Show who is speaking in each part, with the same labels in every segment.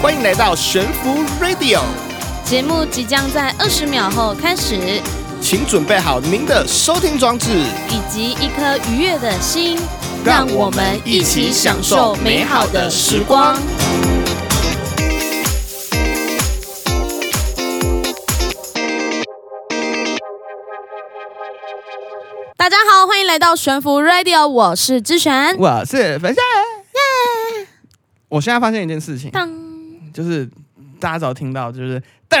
Speaker 1: 欢迎来到悬浮 Radio，
Speaker 2: 节目即将在二十秒后开始，
Speaker 1: 请准备好您的收听装置。
Speaker 2: 以及一颗愉悦的心，
Speaker 1: 让我们一起享受美好的时光。
Speaker 2: 大家好，欢迎来到悬浮 Radio，我是之璇。
Speaker 3: 我是粉夏。我现在发现一件事情，
Speaker 2: 当
Speaker 3: 就是大家早听到就是噔噔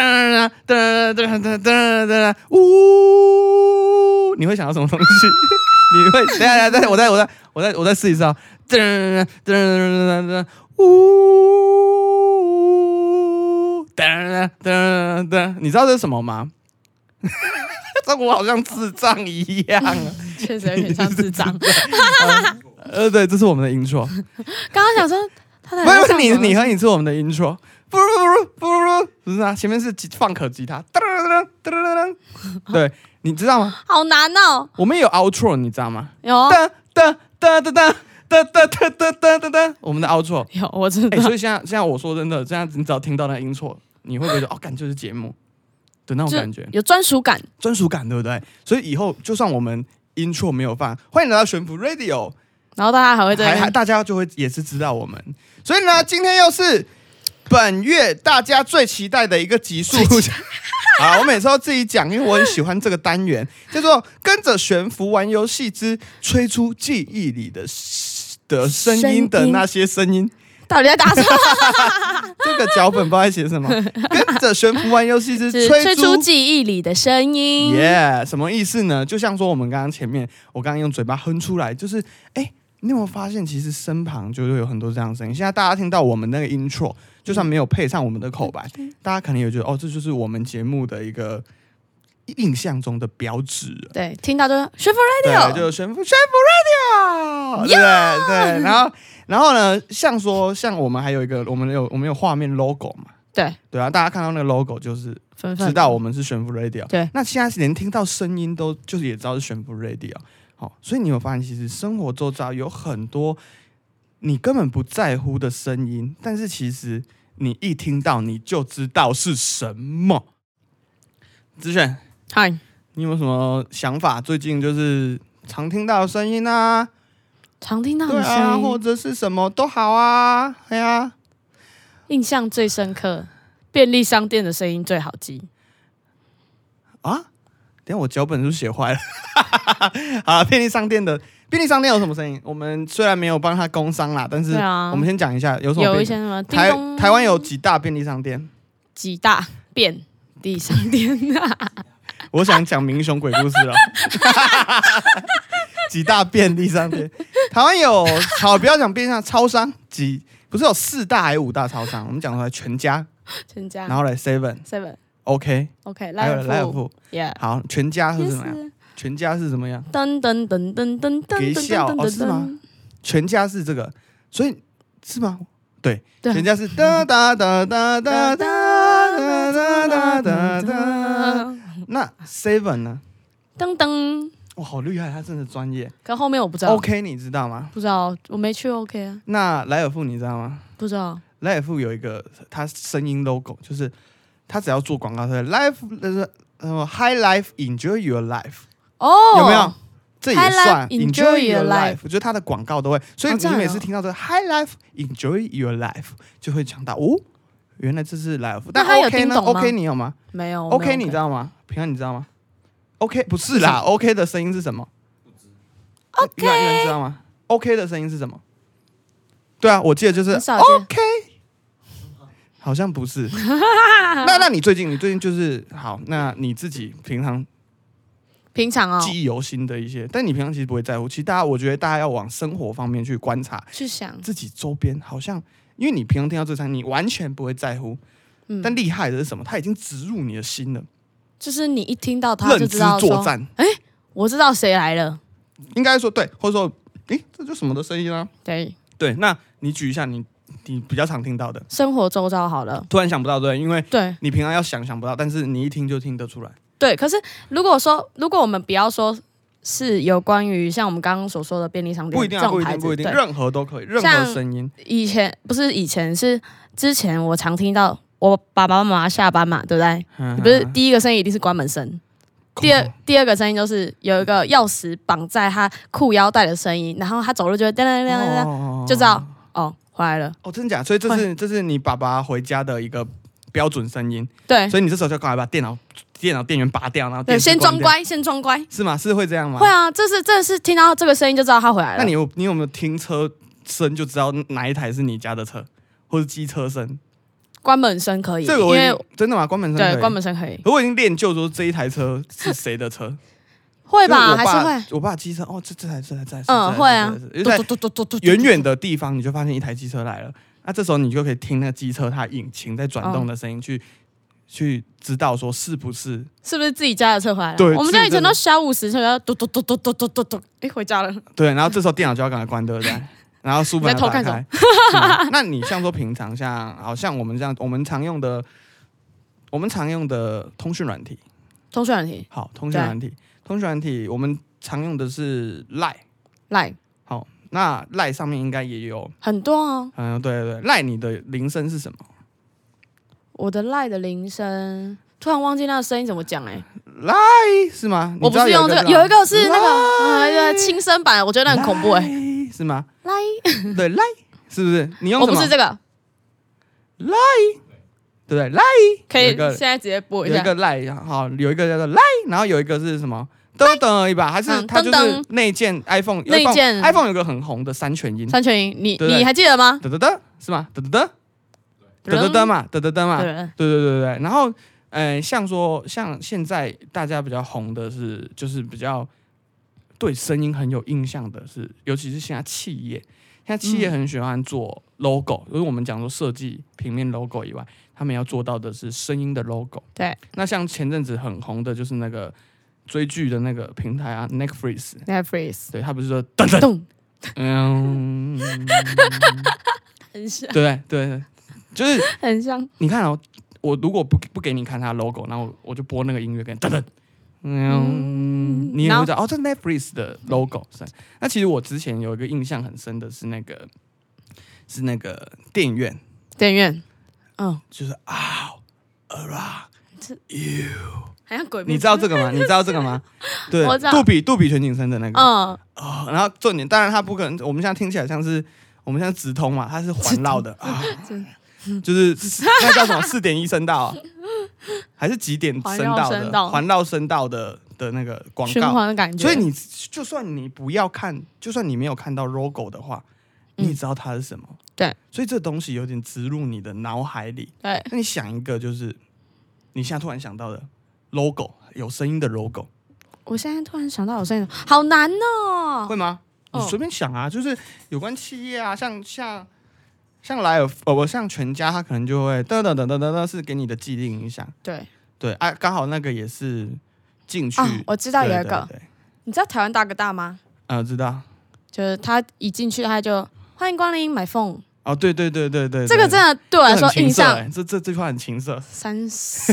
Speaker 3: 噔噔噔噔噔，呜，你会想到什么东西？ 你会等一下等一下，我再我再我再我再试一次啊，噔噔噔噔噔噔，呜，噔噔噔噔，你知道这是什么吗？ 这我好像智障一样啊！
Speaker 2: 确实有点像智 障。
Speaker 3: 呃，对，这是我们的 intro。
Speaker 2: 刚刚想说他
Speaker 3: 不
Speaker 2: 在
Speaker 3: 是不是你你和你是我们的 intro，不不不不不，不是啊，前面是吉放可吉他，噔噔噔噔噔，对，你知道吗？
Speaker 2: 好难哦，
Speaker 3: 我们也有 outro，你知道吗？
Speaker 2: 有
Speaker 3: 噔噔噔噔噔噔噔噔噔噔噔，我们的 outro，
Speaker 2: 有，我知
Speaker 3: 哎，
Speaker 2: 道
Speaker 3: 所以现在现在我说真的，现在你只要听到那个 intro，你会不会觉得哦，感就是节目的那种
Speaker 2: 就
Speaker 3: 感觉，
Speaker 2: 有专属感。
Speaker 3: 专属感，对不对？所以以后就算我们 intro 没有放，欢迎来到悬浮 radio，
Speaker 2: 然后大家还会在
Speaker 3: 还
Speaker 2: 那
Speaker 3: 还
Speaker 2: 边
Speaker 3: 大家就会也是知道我们。所以呢，今天又是本月大家最期待的一个集数。 啊，我每次都自己讲，因为我很喜欢这个单元，叫做“跟着悬浮玩游戏之吹出记忆里的的声音的那些 声音”。
Speaker 2: 到底在打什么？
Speaker 3: 这个脚本不知道在写什 么，“跟着悬浮玩游戏之
Speaker 2: 只
Speaker 3: 吹
Speaker 2: 吹
Speaker 3: 出
Speaker 2: 出记忆里的声音。
Speaker 3: 耶什么意思呢？就像说我们刚刚前面，我刚刚用嘴巴哼出来，就是哎、你有没有发现，其实身旁就会有很多这样的声音。现在大家听到我们那个 intro，就算没有配上我们的口白，大家可能也觉得哦，这就是我们节目的一个印象中的标志了。
Speaker 2: 对，听到就说悬浮
Speaker 3: 对，就
Speaker 2: radio，
Speaker 3: 是悬浮悬浮 radio，对对。然后然后呢，像说像我们还有一个，我们有我们有画面 logo 嘛，
Speaker 2: 对，
Speaker 3: 对啊，大家看到那个 logo 就是
Speaker 2: 纷纷
Speaker 3: 知道我们是悬浮 radio。
Speaker 2: 对，
Speaker 3: 那现在连听到声音都就是也知道是悬浮 radio。好、所以你有发现，其实生活周遭有很多你根本不在乎的声音，但是其实你一听到你就知道是什么。子选，
Speaker 2: 嗨。
Speaker 3: 你有没有什么想法？最近就是常听到的声音啊，
Speaker 2: 常听到
Speaker 3: 对
Speaker 2: 的
Speaker 3: 啊，
Speaker 2: 声
Speaker 3: 或
Speaker 2: 音，
Speaker 3: 者是什么都好啊，哎呀、
Speaker 2: 印象最深刻。便利商店的声音最好记，
Speaker 3: 啊，等一下我脚本是不是写坏了？ 啊，便利商店的便利商店有什么声音？我们虽然没有帮他工商啦，但是
Speaker 2: 对啊
Speaker 3: 我们先讲一下有什么
Speaker 2: 有
Speaker 3: 便
Speaker 2: 一些什么叮
Speaker 3: 台
Speaker 2: 咚
Speaker 3: 台湾有几大便利商店？
Speaker 2: 几大便利商店啊，
Speaker 3: 我想讲民雄鬼故事了。 几大便利商店，台湾有好不要讲便利商超商几，不是有四大还是五大超商？我们讲出来全家，
Speaker 2: 全家
Speaker 3: 然后来 Seven、
Speaker 2: seven
Speaker 3: OK，
Speaker 2: OK
Speaker 3: 还有
Speaker 2: life
Speaker 3: 莱尔富。
Speaker 2: yeah
Speaker 3: 好，全家是怎么样？
Speaker 2: yes
Speaker 3: 全家是怎么样？
Speaker 2: 噔噔噔噔噔噔
Speaker 3: 给
Speaker 2: 噔
Speaker 3: 笑
Speaker 2: 噔
Speaker 3: 哦是
Speaker 2: 噔
Speaker 3: 吗
Speaker 2: 噔，
Speaker 3: 全家是这个，所以是吗？对，
Speaker 2: 对
Speaker 3: 全家是哒哒哒哒哒哒哒哒哒哒哒。
Speaker 2: 噔
Speaker 3: 那 Seven 呢？
Speaker 2: 噔噔，
Speaker 3: 哇，好厉害，他真的专业。
Speaker 2: 可后面我不知道
Speaker 3: OK，你知道吗？
Speaker 2: 不知道我没去 OK 啊，
Speaker 3: 那莱尔富你知道吗？
Speaker 2: 不知道
Speaker 3: 莱尔富有一个他声音 logo，就是他只要做广告，他的 Life 呃是什么 High Life Enjoy Your Life，
Speaker 2: 哦，
Speaker 3: 有没有？？这也
Speaker 2: High life,
Speaker 3: 算
Speaker 2: enjoy your life
Speaker 3: 我觉得他的广告都会，所以
Speaker 2: 哦这
Speaker 3: 你
Speaker 2: 样
Speaker 3: 每次
Speaker 2: 哦
Speaker 3: 听到这个 High life, enjoy your life，就会想到哦，原来这是 life。但
Speaker 2: 那他有
Speaker 3: OK
Speaker 2: 听
Speaker 3: 呢
Speaker 2: 懂吗哦
Speaker 3: ？OK 你有吗
Speaker 2: 没有我没有
Speaker 3: ？OK 你知道吗？平安你知道吗？OK 不是啦，OK 的声音是什么？OK 你们知道吗？OK 的声音是什么？对啊，我记得就是
Speaker 2: 很少见
Speaker 3: OK，好像 不是。那那你最近你最近就是好，那你自己平常
Speaker 2: 平常哦
Speaker 3: 记忆犹新的一些，但你平常其实不会在乎。其实大家，我觉得大家要往生活方面去观察
Speaker 2: 去想，
Speaker 3: 自己周边，好像因为你平常听到这餐，你完全不会在乎。
Speaker 2: 嗯，
Speaker 3: 但厉害的是什么？它已经植入你的心了，
Speaker 2: 就是你一听到他
Speaker 3: 认
Speaker 2: 就
Speaker 3: 知
Speaker 2: 知道
Speaker 3: 作
Speaker 2: 说，
Speaker 3: 战。
Speaker 2: 我知道谁来了，
Speaker 3: 应该说对，或者说，诶，这就什么的声音啊？
Speaker 2: 对，
Speaker 3: 对，那你举一下你你比较常听到的，
Speaker 2: 生活周遭好了，
Speaker 3: 突然想不到，对，因为
Speaker 2: 对。
Speaker 3: 你平常要想想不到，但是你一听就听得出来。
Speaker 2: 对，可是如果说，如果我们不要说是有关于像我们刚刚所说的便利商店
Speaker 3: 不一定、
Speaker 2: 这
Speaker 3: 啊，
Speaker 2: 种
Speaker 3: 不一
Speaker 2: 牌
Speaker 3: 定，
Speaker 2: 子，
Speaker 3: 不一定，
Speaker 2: 对，
Speaker 3: 任何都可以，任
Speaker 2: 像
Speaker 3: 何声音。
Speaker 2: 以前不是以前是之前我常听到我爸爸妈妈下班嘛，对不对？
Speaker 3: 嗯
Speaker 2: 不是第一个声音一定是关门声，第二
Speaker 3: 恐
Speaker 2: 第二个声音就是有一个钥匙绑在他裤腰带的声音，然后他走路就会噔噔噔噔噔，
Speaker 3: 哦
Speaker 2: 就知道哦回来了。
Speaker 3: 哦，真假？所以这是这是你爸爸回家的一个标准声音，
Speaker 2: 对
Speaker 3: 所以你这时候就赶快把电脑电脑电源拔掉，然后
Speaker 2: 哎对，
Speaker 3: 电视
Speaker 2: 先装
Speaker 3: 关掉，哦
Speaker 2: 乖，先装乖。
Speaker 3: 是吗？是会这样吗？
Speaker 2: 会啊，这是这是听到这个声音就知道他回来了。
Speaker 3: 那你有你有没有听车声就知道哪一台是你家的车，或是机车声？
Speaker 2: 关门声可以，
Speaker 3: 这个
Speaker 2: 因
Speaker 3: 我已经
Speaker 2: 为
Speaker 3: 真的吗？关门声
Speaker 2: 对
Speaker 3: 可以
Speaker 2: 关。门声可以，
Speaker 3: 可我已经练就说这一台车是谁的车，
Speaker 2: 会
Speaker 3: 因为
Speaker 2: 吧？
Speaker 3: 我
Speaker 2: 还
Speaker 3: 爸
Speaker 2: 是会，
Speaker 3: 我爸机车哦，这这台这台这台，
Speaker 2: 嗯，会啊
Speaker 3: 这台这台这台因为在
Speaker 2: 嘟嘟嘟嘟嘟
Speaker 3: 远远的 地方，你就发现一台机车来了。那这时候你就可以听那机车它引擎在转动的声音去，去知道说是不是
Speaker 2: 是不是自己家的车回来了？
Speaker 3: 对
Speaker 2: 我们
Speaker 3: 是
Speaker 2: 家以前
Speaker 3: 真的
Speaker 2: 都小五十，所以要嘟嘟嘟嘟嘟嘟嘟嘟，哎，回家了。
Speaker 3: 对。然后这时候电脑就要赶快关，对不对？然后书本要打
Speaker 2: 你在偷
Speaker 3: 开
Speaker 2: 看。
Speaker 3: 是吗那你像说平常像好像我们这样，我们常用的，我们常用的通讯软体，
Speaker 2: 通讯软体
Speaker 3: 好，通讯软体，通讯软体，我们常用的是 Line，
Speaker 2: 来
Speaker 3: 好，那 Line 上面应该也有，
Speaker 2: 很多啊，
Speaker 3: 嗯，对对对，Line 你的铃声是什么
Speaker 2: 我的赖的铃声，突然忘记那个声音怎么讲哎，
Speaker 3: ？Line 是吗？
Speaker 2: 我不
Speaker 3: 你知道
Speaker 2: 是用这个，
Speaker 3: Line
Speaker 2: 有一个是那个
Speaker 3: Line
Speaker 2: 呃对轻声版，我觉得很恐怖哎，
Speaker 3: 赖是吗？
Speaker 2: 赖
Speaker 3: 对，赖是不是？你用
Speaker 2: 我
Speaker 3: 什么？
Speaker 2: 不是这个，
Speaker 3: 对不对？赖
Speaker 2: 可以
Speaker 3: 有一个
Speaker 2: 现在直接播一
Speaker 3: 有一
Speaker 2: 下，
Speaker 3: 个赖，好，有一个叫做赖，然后有一个是什么？噔噔一把，还是
Speaker 2: 嗯
Speaker 3: 它就
Speaker 2: 噔
Speaker 3: 是
Speaker 2: 噔
Speaker 3: 内建 iPhone，
Speaker 2: 内建
Speaker 3: iPhone 有个很红的三全音，
Speaker 2: 三全营，你
Speaker 3: 对对
Speaker 2: 你还记得吗？
Speaker 3: 噔噔噔是吗？噔噔噔，噔噔噔嘛，噔噔噔嘛，对
Speaker 2: 对，
Speaker 3: 对对对对。然后，嗯，像说像现在大家比较红的是，就是比较对声音很有印象的是，尤其是现在企业，现在企业很喜欢做 logo，就是我们讲说设计平面 logo 以外，他们要做到的是声音的 logo。
Speaker 2: 对
Speaker 3: 那像前阵子很红的就是那个追剧的那个平台啊，Netflix，
Speaker 2: ，Netflix，
Speaker 3: 对他不是说噔噔，
Speaker 2: 咚，
Speaker 3: 嗯，
Speaker 2: 很像
Speaker 3: 对不对对对，就是
Speaker 2: 很像，
Speaker 3: 你看哦，我如果不不给你看它 logo，然后我就播那个音乐给你噔噔。嗯，你也会知道哦，这 Netflix 的 logo 是。啊那其实我之前有一个印象很深的是那个，是那个电影院，
Speaker 2: 电影院，嗯，
Speaker 3: 就是啊 Out Around You，
Speaker 2: 好像鬼片，
Speaker 3: 你知道这个吗？你知道这个 吗？对
Speaker 2: 我知，道
Speaker 3: 杜比杜比全景声的那个，
Speaker 2: 嗯，
Speaker 3: 哦，然后重点，当然它不可能，我们现在听起来像是我们现在直通嘛，它是环绕的 啊，就是那叫什么四点一声道、啊，还是几点声道
Speaker 2: 环绕声
Speaker 3: 的
Speaker 2: 道
Speaker 3: 环绕声道的的那个广
Speaker 2: 循
Speaker 3: 告，
Speaker 2: 环的感觉，
Speaker 3: 所以你就算你不要看，就算你没有看到 logo 的话，你也知道它是什么。
Speaker 2: 嗯对，
Speaker 3: 所以这东西有点植入你的脑海里。
Speaker 2: 对
Speaker 3: 那你想一个，就是你现在突然想到的 logo，有声音的 logo，
Speaker 2: 我现在突然想到，我现在好难哦，
Speaker 3: 会吗？
Speaker 2: 哦
Speaker 3: 你随便想啊，就是有关企业啊，像像像莱尔，呃，不像全家，它可能就会噔噔噔噔噔噔，是给你的既定影响。
Speaker 2: 对，
Speaker 3: 对，啊，刚好那个也是进去。
Speaker 2: 哦，我知道有一
Speaker 3: 对
Speaker 2: 个，
Speaker 3: 对对
Speaker 2: 你知道台湾大哥大吗？
Speaker 3: 啊，知道。
Speaker 2: 就是他一进去他就欢迎光临买凤，
Speaker 3: 哦，对对对对对，
Speaker 2: 这个真的对我来
Speaker 3: 这
Speaker 2: 说
Speaker 3: 很
Speaker 2: 印
Speaker 3: 情色
Speaker 2: 象
Speaker 3: 欸这这这句话很情色。
Speaker 2: 三十，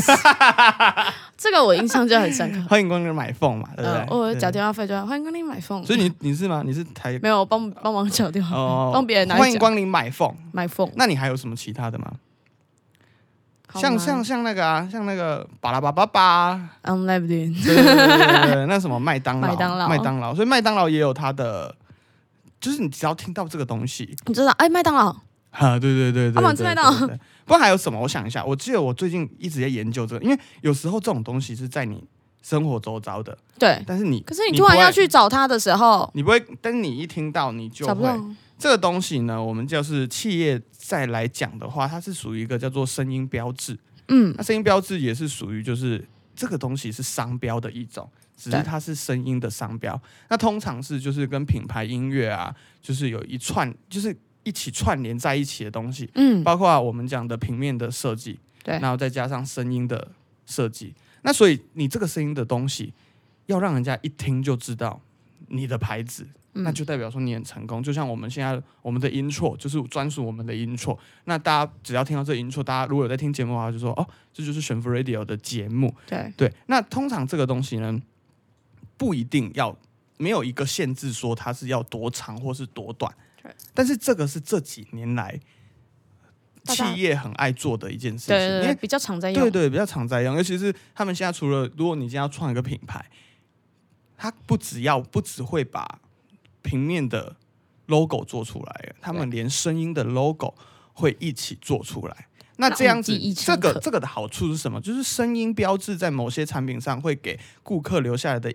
Speaker 2: 这个我印象就很深刻。
Speaker 3: 欢迎光临买凤嘛， 对不
Speaker 2: 呃
Speaker 3: 对，？
Speaker 2: 我有缴
Speaker 3: 对。
Speaker 2: 电话费就好欢迎光临买凤，
Speaker 3: 所以你你是吗？你是台
Speaker 2: 没有我帮帮忙缴电话
Speaker 3: 哦，
Speaker 2: 嗯帮别人拿去
Speaker 3: 欢迎
Speaker 2: 讲
Speaker 3: 光临买凤。
Speaker 2: 买凤，
Speaker 3: 那你还有什么其他的吗？
Speaker 2: 好
Speaker 3: 像
Speaker 2: 吗
Speaker 3: 像像那个啊，像那个巴拉巴巴巴，
Speaker 2: I'm l i v i n
Speaker 3: 对对对对对，那什么麦当劳，
Speaker 2: 麦当劳
Speaker 3: 麦当劳，所以麦当劳也有它的，就是你只要听到这个东西，
Speaker 2: 你知道哎麦当劳
Speaker 3: 哈，对对对对，
Speaker 2: 啊我们吃
Speaker 3: 对
Speaker 2: 麦当劳。
Speaker 3: 对对对不过还有什么？我想一下，我记得我最近一直在研究这个，因为有时候这种东西是在你生活周遭的，
Speaker 2: 对，
Speaker 3: 但是你
Speaker 2: 嗯可是你突然要，去找他的时候
Speaker 3: 你不会你不会，但是你一听到你就
Speaker 2: 找不到
Speaker 3: 会，这个东西呢，我们就是企业再来讲的话，它是属于一个叫做声音标志。
Speaker 2: 嗯
Speaker 3: 那声音标志也是属于就是这个东西是商标的一种，只是
Speaker 2: 对
Speaker 3: 它是声音的商标。那通常是就是跟品牌音乐啊，就是有一串就是一起串联在一起的东西，
Speaker 2: 嗯
Speaker 3: 包括我们讲的平面的设计，
Speaker 2: 对
Speaker 3: 然后再加上声音的设计。那所以你这个声音的东西，要让人家一听就知道你的牌子，
Speaker 2: 嗯
Speaker 3: 那就代表说你很成功。就像我们现在我们的音错就是专属我们的音错，那大家只要听到这音错，大家如果有在听节目的话，就说哦，这就是悬浮 radio 的节目。
Speaker 2: 对
Speaker 3: 对，那通常这个东西呢，不一定要没有一个限制说它是要多长或是多短
Speaker 2: 对，
Speaker 3: 但是这个是这几年来
Speaker 2: 大大
Speaker 3: 企业很爱做的一件事情，
Speaker 2: 对对
Speaker 3: 因
Speaker 2: 对，
Speaker 3: 为
Speaker 2: 比较常在用。
Speaker 3: 对对，比较常在用，尤其是他们现在除了，如果你今天要创一个品牌，它不只要不只会把平面的 logo 做出来，他们连声音的 logo 会一起做出来。那
Speaker 2: 那
Speaker 3: 这样
Speaker 2: 无
Speaker 3: 子
Speaker 2: 敌一，
Speaker 3: 这
Speaker 2: 乘
Speaker 3: 个
Speaker 2: 客
Speaker 3: 这个的好处是什么？就是声音标志在某些产品上会给顾客留下来的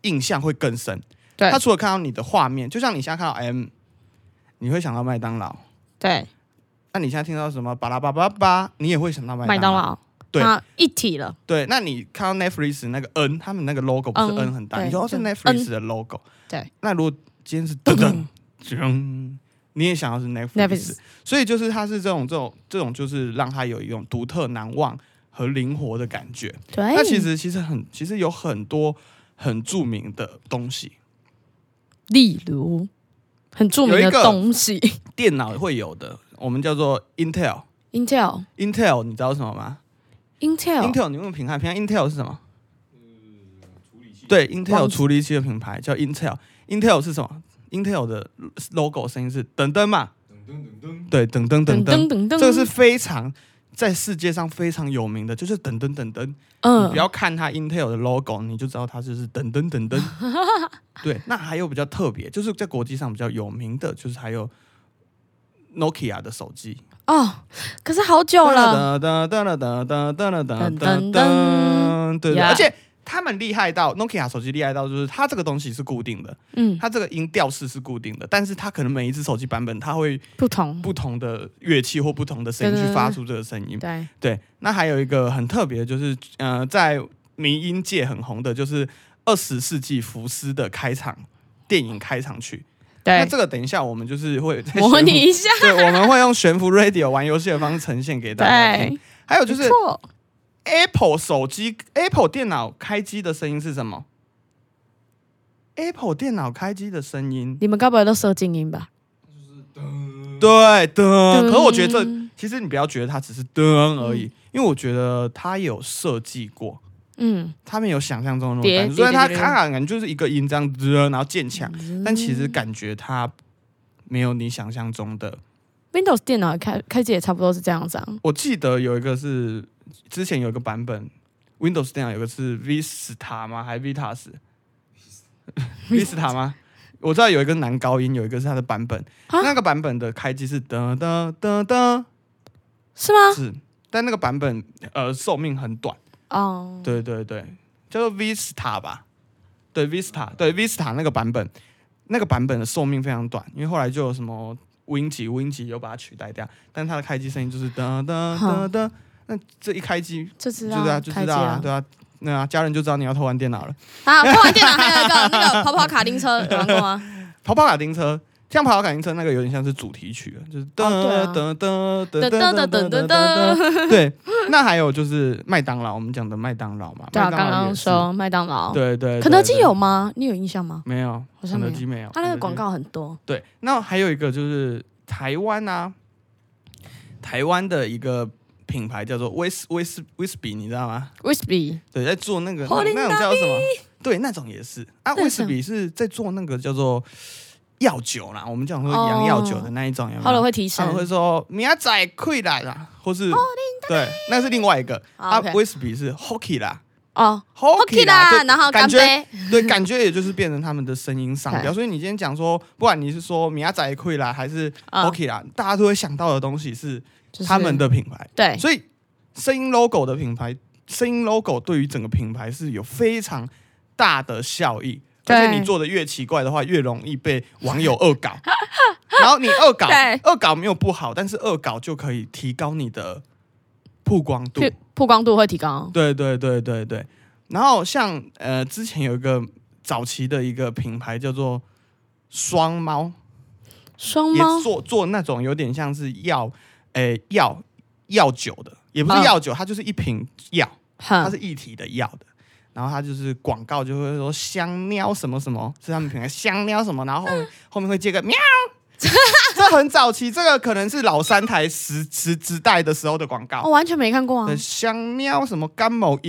Speaker 3: 印象会更深。
Speaker 2: 对
Speaker 3: 他除了看到你的画面，就像你现在看到 M，你会想到麦当劳。
Speaker 2: 对，
Speaker 3: 那你现在听到什么巴拉巴巴巴，你也会想到麦
Speaker 2: 麦
Speaker 3: 当
Speaker 2: 当
Speaker 3: 劳。
Speaker 2: 劳，
Speaker 3: 对
Speaker 2: 它一体了，
Speaker 3: 对，那你看到 Netflix 那个 N，他们那个 logo 不是
Speaker 2: 嗯
Speaker 3: N 很大，
Speaker 2: 对
Speaker 3: 你说哦是
Speaker 2: 就
Speaker 3: Netflix 的 logo。
Speaker 2: 对，
Speaker 3: 那如果今天是噔噔噔，你也想要是 Netflix，
Speaker 2: Netflix
Speaker 3: 所以就是它是这种这种这种，就是让它有一种独特难忘和灵活的感觉。
Speaker 2: 对，
Speaker 3: 那其实其实很其实有很多很著名的东西，
Speaker 2: 例如很著名
Speaker 3: 有一
Speaker 2: 的
Speaker 3: 个
Speaker 2: 东西
Speaker 3: 电脑会有的，我们叫做 Intel。
Speaker 2: ，Intel。
Speaker 3: Intel 你知道什么吗
Speaker 2: Intel，
Speaker 3: ？Intel 你用评判评判 Intel 是什么？对，Intel
Speaker 2: 忘记
Speaker 3: 处理器的品牌叫 Intel。Intel 是什么？Intel 的 logo 声音是噔噔嘛？对，噔噔噔噔，
Speaker 2: 噔
Speaker 3: 这个是非常在世界上非常有名的，就是噔噔噔噔。你
Speaker 2: 嗯
Speaker 3: 不，要看它 Intel 的 logo，你就知道它就是噔噔 噔噔。对，那还有比较特别，就是在国际上比较有名的，就是还有 Nokia 的手机。
Speaker 2: 哦，可是好久了，
Speaker 3: 噔噔噔噔噔噔噔
Speaker 2: 噔
Speaker 3: 噔噔，对对，
Speaker 2: Yeah
Speaker 3: 而且他们厉害到 Nokia 手机厉害到，就是它这个东西是固定的，
Speaker 2: 嗯，
Speaker 3: 它这个音调式是固定的，但是它可能每一只手机版本，它会
Speaker 2: 不同，
Speaker 3: 不同的乐器或不同的声音
Speaker 2: 对对
Speaker 3: 去
Speaker 2: 对
Speaker 3: 发出这个声音。
Speaker 2: 对，
Speaker 3: 对，那还有一个很特别的，就是呃，在迷音界很红的，就是二十世纪福斯的开场电影开场曲。那
Speaker 2: 对，
Speaker 3: 这个等一下我们就 是会在
Speaker 2: 模
Speaker 3: 悬
Speaker 2: 拟，
Speaker 3: 浮
Speaker 2: 一下，
Speaker 3: 对，我们会用悬浮 radio 玩游戏的方式呈现给大家听。
Speaker 2: 对，
Speaker 3: 还有就是
Speaker 2: 不错
Speaker 3: Apple 手机、Apple 电脑开机的声音是什么？Apple 电脑开机的声音，
Speaker 2: 你们该不会都设静音吧？
Speaker 3: 对
Speaker 2: 噔
Speaker 3: 的。呃可是我觉得这其实你不要觉得它只是噔而已，因为我觉得它有设计过，
Speaker 2: 嗯，
Speaker 3: 它没有想象中的那种
Speaker 2: 叠
Speaker 3: 感觉。虽然它
Speaker 2: 叠叠叠嗯
Speaker 3: 看感觉就是一个音这样噔，然后渐强，但其实感觉它没有你想象中的
Speaker 2: Windows 电脑开开机也差不多是这样子啊，
Speaker 3: 我记得有一个是之前有一个版本 Windows 啊电脑有个是 Vista 吗？还是 Vitas？Vista 吗？我知道有一个男高音，有一个是它的版本，
Speaker 2: 啊
Speaker 3: 那个版本的开机是噔噔噔噔，
Speaker 2: 是吗？
Speaker 3: 是，但那个版本呃寿命很短，
Speaker 2: 哦，
Speaker 3: 对对对，叫做 Vista 吧，对 Vista，对 Vista 那个版本，那个版本的寿命非常短，因为后来就有什么 Win 几 Win 几又把它取代掉，但它的开机声音就是噔噔噔噔，那这一开机
Speaker 2: 就知
Speaker 3: 就知道
Speaker 2: 道，
Speaker 3: 就
Speaker 2: 开
Speaker 3: 知
Speaker 2: 机
Speaker 3: 道啊，
Speaker 2: 了。
Speaker 3: 对啊，那啊家人就知道你要偷玩电脑了。
Speaker 2: 啊，看完电脑还有一个那个跑跑卡丁车，有玩过吗？
Speaker 3: 跑跑卡丁车，像跑跑卡丁车那个有点像是主题曲了，就是噔
Speaker 2: 哦
Speaker 3: 噔噔
Speaker 2: 对
Speaker 3: 噔
Speaker 2: 啊
Speaker 3: 噔噔
Speaker 2: 噔噔噔
Speaker 3: 噔噔
Speaker 2: 噔
Speaker 3: 噔。对，那还有就是麦当劳，我们讲的麦当劳嘛，
Speaker 2: 对啊，
Speaker 3: 麦当劳
Speaker 2: 刚
Speaker 3: 也
Speaker 2: 刚
Speaker 3: 是，
Speaker 2: 说麦当劳，
Speaker 3: 对对，对
Speaker 2: 肯德基
Speaker 3: 对
Speaker 2: 有吗？你有印象吗？
Speaker 3: 没有？
Speaker 2: 好像没
Speaker 3: 肯德
Speaker 2: 有啊
Speaker 3: 基没有，
Speaker 2: 它那
Speaker 3: 肯德
Speaker 2: 个
Speaker 3: 基
Speaker 2: 广告很多，
Speaker 3: 对，那还有一个就是台湾啊，台湾的一个品牌叫做威斯威斯威士比，你知道吗？
Speaker 2: 威士比
Speaker 3: 对，在做那个
Speaker 2: 火
Speaker 3: 那
Speaker 2: 灵
Speaker 3: 那种叫什么？对，那种也是啊。
Speaker 2: 那
Speaker 3: 威士
Speaker 2: 种
Speaker 3: 比是在做那个叫做药酒啦，我们讲说
Speaker 2: 哦
Speaker 3: 洋药酒的那一种，有没
Speaker 2: 喝了
Speaker 3: 有？
Speaker 2: 会提
Speaker 3: 他
Speaker 2: 神
Speaker 3: 们，会说明仔溃啦啦，或是对，那是另外一个
Speaker 2: 好
Speaker 3: 啊。
Speaker 2: 哦，OK
Speaker 3: 威士比是 hockey 啦
Speaker 2: 哦
Speaker 3: ，hockey
Speaker 2: ，OK
Speaker 3: 啦，
Speaker 2: 啦，
Speaker 3: 对
Speaker 2: 然后
Speaker 3: 感
Speaker 2: 干
Speaker 3: 觉
Speaker 2: 杯，
Speaker 3: 对，感觉也就是变成他们的声音上标。所以你今天讲说，不管你是说米亚仔溃啦，还是
Speaker 2: 嗯
Speaker 3: OK 啦，大家都会想到的东西是
Speaker 2: 就是
Speaker 3: 他们的品牌。
Speaker 2: 对，
Speaker 3: 所以声音 logo 的品牌，声音 logo 对于整个品牌是有非常大的效益。
Speaker 2: 对
Speaker 3: 而且你做的越奇怪的话，越容易被网友恶搞。 然后你恶 搞
Speaker 2: 对，
Speaker 3: 恶搞没有不好，但是恶搞就可以提高你的曝光度。
Speaker 2: 曝曝光度会提高，
Speaker 3: 对对对对对。然后像呃，之前有一个早期的一个品牌叫做双猫，
Speaker 2: 双猫
Speaker 3: 也做做那种有点像是药，诶、药药酒的，也不是
Speaker 2: 嗯
Speaker 3: 药酒，它就是一瓶药，它
Speaker 2: 哼
Speaker 3: 是一体的药的。然后它就是广告就会说香喵什么什么，是他们品牌香喵什么，然后
Speaker 2: 嗯
Speaker 3: 后面后面会接个喵。 这很早期，这个可能是老三台时时时代的时候的广告
Speaker 2: 哦我，完全没看过啊
Speaker 3: 对，，香喵什么干某一，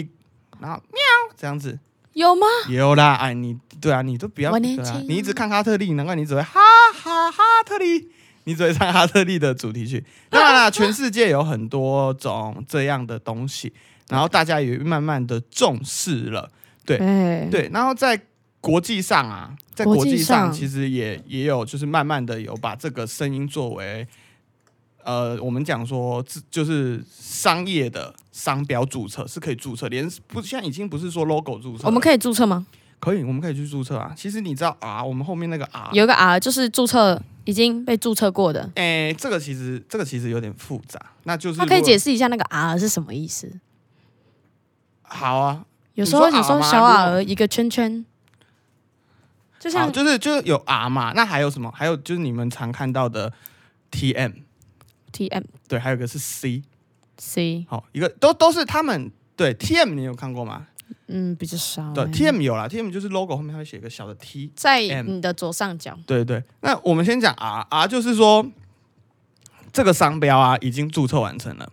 Speaker 3: 然后喵这样子，
Speaker 2: 有吗？
Speaker 3: 有啦，哎，你对啊，你都不要，
Speaker 2: 啊我年
Speaker 3: 对啊
Speaker 2: 轻
Speaker 3: 你一直看哈特利，难怪你只会哈哈哈特利，你只会唱哈特利的主题 曲。
Speaker 2: 啊
Speaker 3: 当然啦，全世界有很多种这样的东西，然后大家也慢慢的重视了。对
Speaker 2: 对，
Speaker 3: 对，然后在国际上啊，在
Speaker 2: 国
Speaker 3: 国
Speaker 2: 际
Speaker 3: 际上
Speaker 2: 上
Speaker 3: 其实也也有，就是慢慢的有把这个声音作为。呃，我们讲说，自就是商业的商标注册是可以注册，连不现在已经不是说 logo 注册了，
Speaker 2: 我们可以注册吗？
Speaker 3: 可以，我们可以去注册啊。其实你知道 R，我们后面那个啊 R，
Speaker 2: 有一个 R 就是注册已经被注册过的，
Speaker 3: 哎、这个其实这个其实有点复杂，那就是
Speaker 2: 他可以
Speaker 3: 如果
Speaker 2: 解释一下那个 R 是什么意思？
Speaker 3: 好啊，
Speaker 2: 有时候
Speaker 3: 你说
Speaker 2: 你
Speaker 3: R
Speaker 2: 说
Speaker 3: 吗
Speaker 2: 小
Speaker 3: 如
Speaker 2: R 一个圈圈，就
Speaker 3: 好，
Speaker 2: 像
Speaker 3: 就是就是有 R 嘛，那还有什么？还有就是你们常看到的 TM，
Speaker 2: TMC
Speaker 3: 对，还有一个是 C，好，一个都都是他们对 TM 你有看过吗？
Speaker 2: 嗯比较少欸。
Speaker 3: 对，TM 有啦，TM 就是 logo 后面它会写一个小的 T，
Speaker 2: 在
Speaker 3: M
Speaker 2: 你的左上角，
Speaker 3: 对对，那我们先讲 R R 就是说，这个商标啊已经注册完成了，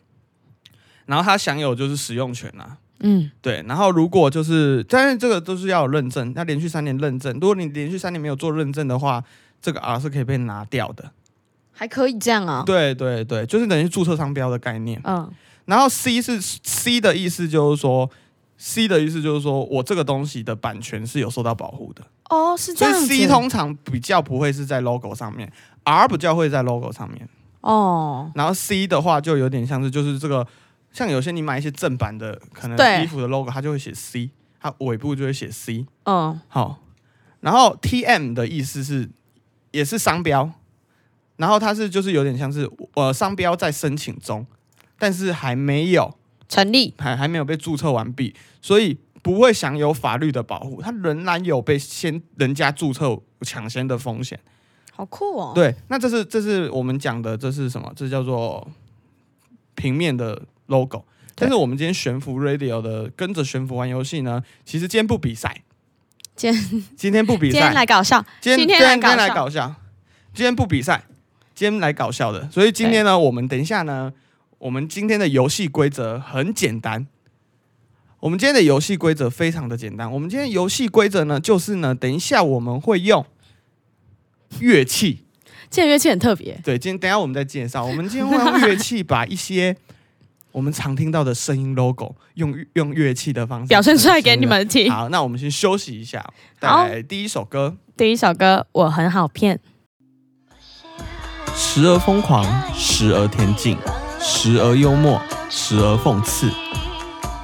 Speaker 3: 然后它享有就是使用权啊。
Speaker 2: 嗯，
Speaker 3: 对，然后如果就是，但是这个都是要有认证，要连续三年认证。如果你连续三年没有做认证的话，这个 R 是可以被拿掉的。
Speaker 2: 还可以这样啊。
Speaker 3: 对对对，就是等于注册商标的概念。
Speaker 2: 嗯，
Speaker 3: 然后 C 是 C 的意思就是说，C 的意思就是说我这个东西的版权是有受到保护的。
Speaker 2: 哦，是这
Speaker 3: 所以
Speaker 2: 样子。
Speaker 3: C 通常比较不会是在 logo 上面，R 比较会在 logo 上面。
Speaker 2: 哦，
Speaker 3: 然后 C 的话就有点像是就是这个，像有些你买一些正版的，可能
Speaker 2: 对
Speaker 3: 衣服的 logo 它就会写 C，它尾部就会写 C。
Speaker 2: 嗯，
Speaker 3: 好，然后 TM 的意思是也是商标，然后它是就是有点像是呃商标在申请中，但是还没有
Speaker 2: 成立。
Speaker 3: 还还没有被注册完毕，所以不会享有法律的保护，它仍然有被先人家注册抢先的风险。
Speaker 2: 好酷哦！，
Speaker 3: 对，那这是这是我们讲的，这是什么？这叫做平面的 logo。但是我们今天悬浮 radio 的跟着悬浮玩游戏呢，其实今天不比赛，
Speaker 2: 今
Speaker 3: 今天不比
Speaker 2: 今
Speaker 3: 赛
Speaker 2: 天，来搞笑，
Speaker 3: 今天
Speaker 2: 今天来
Speaker 3: 今天来
Speaker 2: 搞
Speaker 3: 搞笑，今天不比赛，今天来搞笑的。所以今天呢，我们等一下呢，我们今天的游戏规则很简单。我们今天的游戏规则非常的简单。我们今天的游戏规则呢，就是呢，等一下我们会用乐器。
Speaker 2: 这乐器很特别，
Speaker 3: 对，今天等一下我们再介绍。我们今天会用乐器把一些 我们常听到的声音 logo 用用乐器的方式
Speaker 2: 表现出来
Speaker 3: 呈
Speaker 2: 给你们听。
Speaker 3: 好，那我们先休息一下，带
Speaker 2: 好
Speaker 3: 来第一首歌。
Speaker 2: 第一首歌我很好骗，
Speaker 3: 时而疯狂，时而恬静，时而幽默，时而讽刺。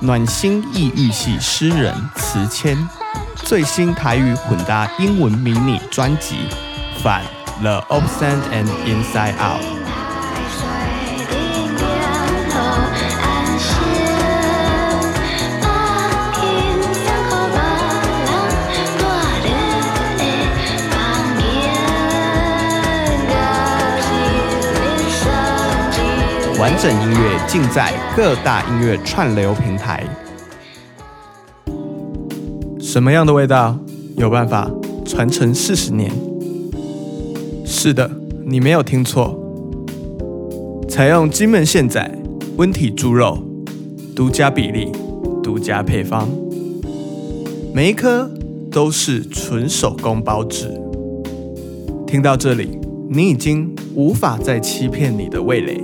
Speaker 3: 暖心抑郁系诗人词谦，最新台语混搭英文迷你专辑《反 The Option and Inside Out》。完整音乐尽在各大音乐串流平台。什么样的味道有办法传承四十年？是的，你没有听错。采用金门现宰温体猪肉，独家比例，独家配方，每一颗都是纯手工包制。听到这里，你已经无法再欺骗你的味蕾。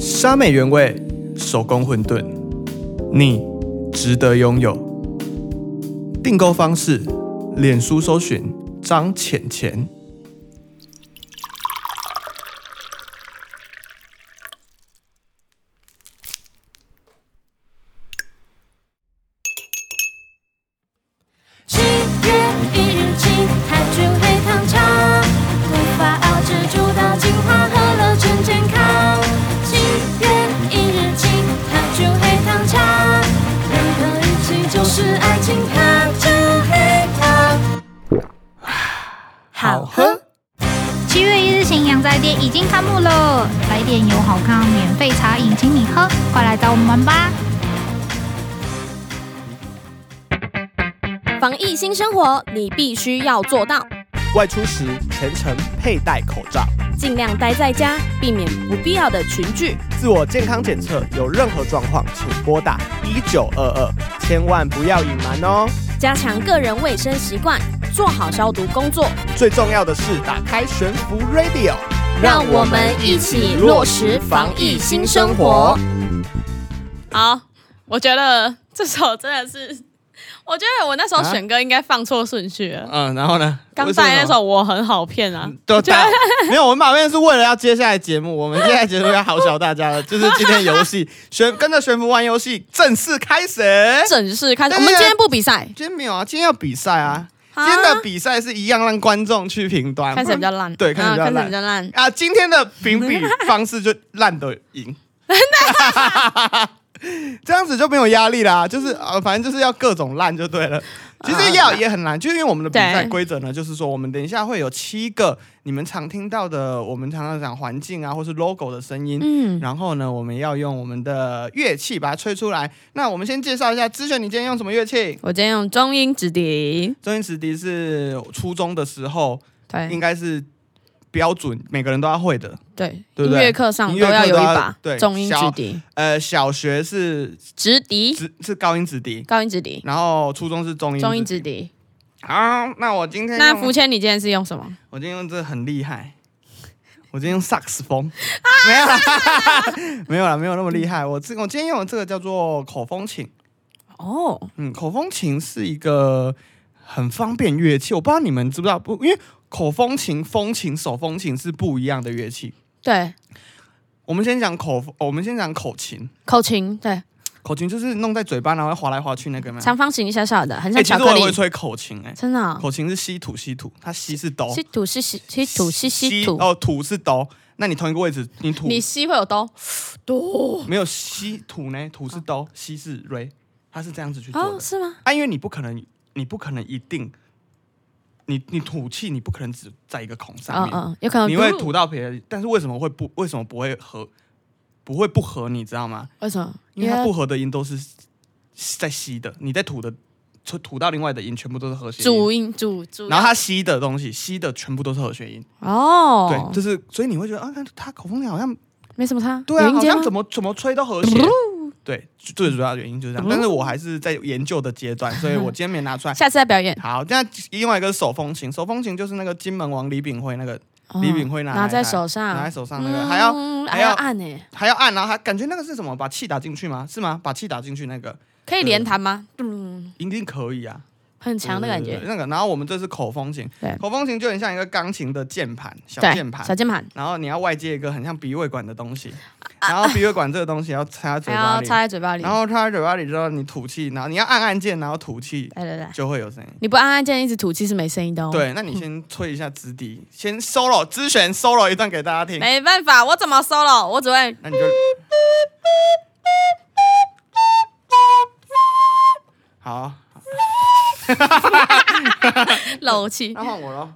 Speaker 3: 沙美原味手工馄饨，你值得拥有。订购方式：脸书搜寻张浅浅。
Speaker 4: 七月一日起，台剧黑糖茶，无法熬制主导精华，喝了真健康。七月一日起，台剧黑糖茶，两个一起就是爱情，台剧黑糖。
Speaker 3: 好喝。
Speaker 5: 七月一日行洋宅店已经开幕了，来点有好康免费茶饮，请你喝，快来找我们玩吧！
Speaker 2: 防疫新生活你必须要做到，
Speaker 3: 外出时全程佩戴口罩，
Speaker 2: 尽量待在家，避免不必要的群聚。
Speaker 3: 自我健康检测有任何状况，请拨打一九二二
Speaker 6: 千万不要隐瞒哦。
Speaker 1: 加强个人卫生习惯，做好消毒工作，
Speaker 6: 最重要的是打开悬浮 Radio，
Speaker 1: 让我们一起落实防疫新生活。。
Speaker 2: 好，我觉得这首真的是， 我觉得我那时候
Speaker 3: 啊
Speaker 2: 选歌应该放错顺序了。
Speaker 3: 嗯，然后呢？
Speaker 2: 刚才那首我很好骗啊，
Speaker 3: 都大没有，我们马面是为了要接下来节目，我们接下来节目要好小大家了，就是今天游戏悬跟着悬浮玩游戏正式开始。
Speaker 2: 正式开始。
Speaker 3: 但
Speaker 2: 我
Speaker 3: 是
Speaker 2: 们今天不比赛，
Speaker 3: 今天没有啊，今天要比赛啊，今
Speaker 2: 啊
Speaker 3: 天的比赛是一样让观众去评端，
Speaker 2: 开始比较烂，
Speaker 3: 对，开始
Speaker 2: 啊
Speaker 3: 比较
Speaker 2: 开始
Speaker 3: 烂
Speaker 2: 比较烂。
Speaker 3: 啊，今天的评比方式就烂的赢， 这样子就没有压力啦。就是呃，反正就是要各种烂就对了。其实要也很难，就是因为我们的比赛
Speaker 2: 嗯对
Speaker 3: 规则呢，就是说我们等一下会有七个你们常听到的，我们常常讲环境啊，或是 logo 的声音。
Speaker 2: 嗯，
Speaker 3: 然后呢，我们要用我们的乐器把它吹出来。那我们先介绍一下，之前你今天用什么乐器？
Speaker 2: 我今天用中音直笛，
Speaker 3: 周音直笛是初中的时候，应
Speaker 2: 对
Speaker 3: 该是标准每个人都要会的。
Speaker 2: 对，
Speaker 3: 对
Speaker 2: 音
Speaker 3: 不对
Speaker 2: 乐课上
Speaker 3: 音
Speaker 2: 都
Speaker 3: 乐课
Speaker 2: 要有一
Speaker 3: 都要
Speaker 2: 把
Speaker 3: 对
Speaker 2: 中音
Speaker 3: 小
Speaker 2: 直笛，
Speaker 3: 呃，小学是
Speaker 2: 直笛，
Speaker 3: 直是高音直笛，
Speaker 2: 高音直笛，
Speaker 3: 然后初中是中音。
Speaker 2: 中音直。笛。
Speaker 3: 好，那我今天
Speaker 2: 那
Speaker 3: 用
Speaker 2: 福谦，你今天是用什么？
Speaker 3: 我今天用这个很厉害，我今天用萨克斯风，
Speaker 2: 啊
Speaker 3: 没有啦， 没有啦，没有那么厉害。我这我今天用的这个叫做口风琴，
Speaker 2: 哦，
Speaker 3: 嗯，口风琴是一个很方便乐器，我不知道你们知不知道不，因为口风琴、风琴、手风琴是不一样的乐器。
Speaker 2: 对，
Speaker 3: 我们先讲口，我们先讲口琴，
Speaker 2: 口琴，对，
Speaker 3: 口琴就是弄在嘴巴，然后划来划去那个嘛。
Speaker 2: 长方形小小的，很
Speaker 3: 嗯哎、
Speaker 2: 像
Speaker 3: 其
Speaker 2: 巧
Speaker 3: 实我
Speaker 2: 克
Speaker 3: 也
Speaker 2: 力
Speaker 3: 会，吹口琴、哎，
Speaker 2: 真的哦。
Speaker 3: 口琴是吸土吸土，它吸是哆，
Speaker 2: 吸土是吸吸土是吸
Speaker 3: 哦吸
Speaker 2: 土，
Speaker 3: 哦土是哆，那你同一个位置你土
Speaker 2: 你吸会有哆哆
Speaker 3: 没有吸土呢？土是哆，吸是瑞，它是这样子去做
Speaker 2: 哦，
Speaker 3: 的。
Speaker 2: 是吗？
Speaker 3: 啊，因为你不可能，你不可能一定，你你吐气，你不可能只在一个孔
Speaker 2: 嗯
Speaker 3: 上面，
Speaker 2: 嗯，有可能
Speaker 3: 你会吐到别人。但是为什么会不？为什么不会合？不会不合？你知道吗？
Speaker 2: 为什么？
Speaker 3: 因为它不合的音都是在吸的，你在吐的，吐吐到另外的音全部都是和谐音。
Speaker 2: 主音主主，
Speaker 3: 然后它吸的东西，吸的全部都是和谐音，
Speaker 2: 哦，
Speaker 3: 对，就是所以你会觉得啊，它它口风琴好像
Speaker 2: 没什么差，
Speaker 3: 对
Speaker 2: 有
Speaker 3: 啊，
Speaker 2: 音哦
Speaker 3: 好
Speaker 2: 阶吗
Speaker 3: 像怎么怎么吹都和谐。对，最主要的原因就是这样。但是我还是在研究的阶段，所以我今天没拿 出来。
Speaker 2: 下次再表演。
Speaker 3: 好，那另外一个是手风琴，手风琴就是那个金门王李炳辉那个，
Speaker 2: 哦
Speaker 3: 李炳辉拿来
Speaker 2: 拿在手上，
Speaker 3: 拿在手上那个还要
Speaker 2: 嗯
Speaker 3: 还
Speaker 2: 还
Speaker 3: 要
Speaker 2: 要按诶，
Speaker 3: 还要按，然后还感觉那个是什么？把气打进去吗？是吗？把气打进去那个
Speaker 2: 可以连弹吗？嗯，
Speaker 3: 一定可以啊，
Speaker 2: 很强的感
Speaker 3: 对对对
Speaker 2: 觉。
Speaker 3: 那个，然后我们这是口风琴
Speaker 2: 对，
Speaker 3: 口风琴就很像一个钢琴的键盘，小
Speaker 2: 对，
Speaker 3: 键盘
Speaker 2: 小。键盘，
Speaker 3: 然后你要外接一个很像鼻胃管的东西，然后鼻胃管这个东西要插
Speaker 2: 还
Speaker 3: 嘴巴
Speaker 2: 要
Speaker 3: 里，
Speaker 2: 插在嘴巴里。
Speaker 3: 然后插在嘴巴里之后，你吐气，然后你要按按键，然后吐气
Speaker 2: 来来来，
Speaker 3: 就会有声音。
Speaker 2: 你不按按键一直吐气是没声音的哦。，
Speaker 3: 对，那你先吹一下直笛，先 solo 之选 solo 一段给大家听，
Speaker 2: 没办法，我怎么 solo？我只会
Speaker 3: 那你就。好，
Speaker 2: 漏气
Speaker 3: 那。换我喽。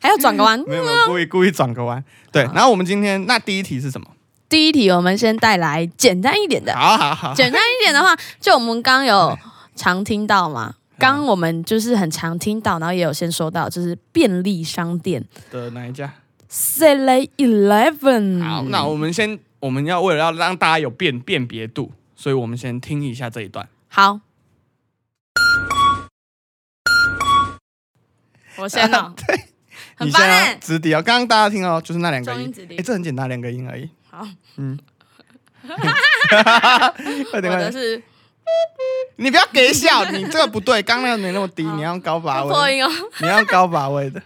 Speaker 2: 还要转个 弯。
Speaker 3: 没有，没有，故意故意转个弯。对，然后我们今天那第一题是什么？
Speaker 2: 第一题，我们先带来简单一点的。
Speaker 3: 好好好，
Speaker 2: 简单一点的话，就我们刚刚有常听到 嘛，刚刚我们就是很常听到，然后也有先说到，就是便利商店
Speaker 3: 的哪一家？
Speaker 2: Seven Eleven。
Speaker 3: 好，那我们先，我们要为了要让大家有辨辨别度，所以我们先听一下这一段。
Speaker 2: 好。我先哦 了，对，很
Speaker 3: 你
Speaker 2: 棒
Speaker 3: 先啊
Speaker 2: 哎，
Speaker 3: 直笛哦，刚刚大家听哦，就是那两个
Speaker 2: 中
Speaker 3: 音
Speaker 2: 音直，笛
Speaker 3: 哎，这很简单，两个音而已。
Speaker 2: 好，
Speaker 3: 嗯，快
Speaker 2: 我
Speaker 3: 点快
Speaker 2: 的
Speaker 3: 点，
Speaker 2: 是
Speaker 3: 你不要给笑，你这个不对，刚刚那个没那么低，你要用高把
Speaker 2: 破
Speaker 3: 位，
Speaker 2: 音哦，
Speaker 3: 你要用高把位的，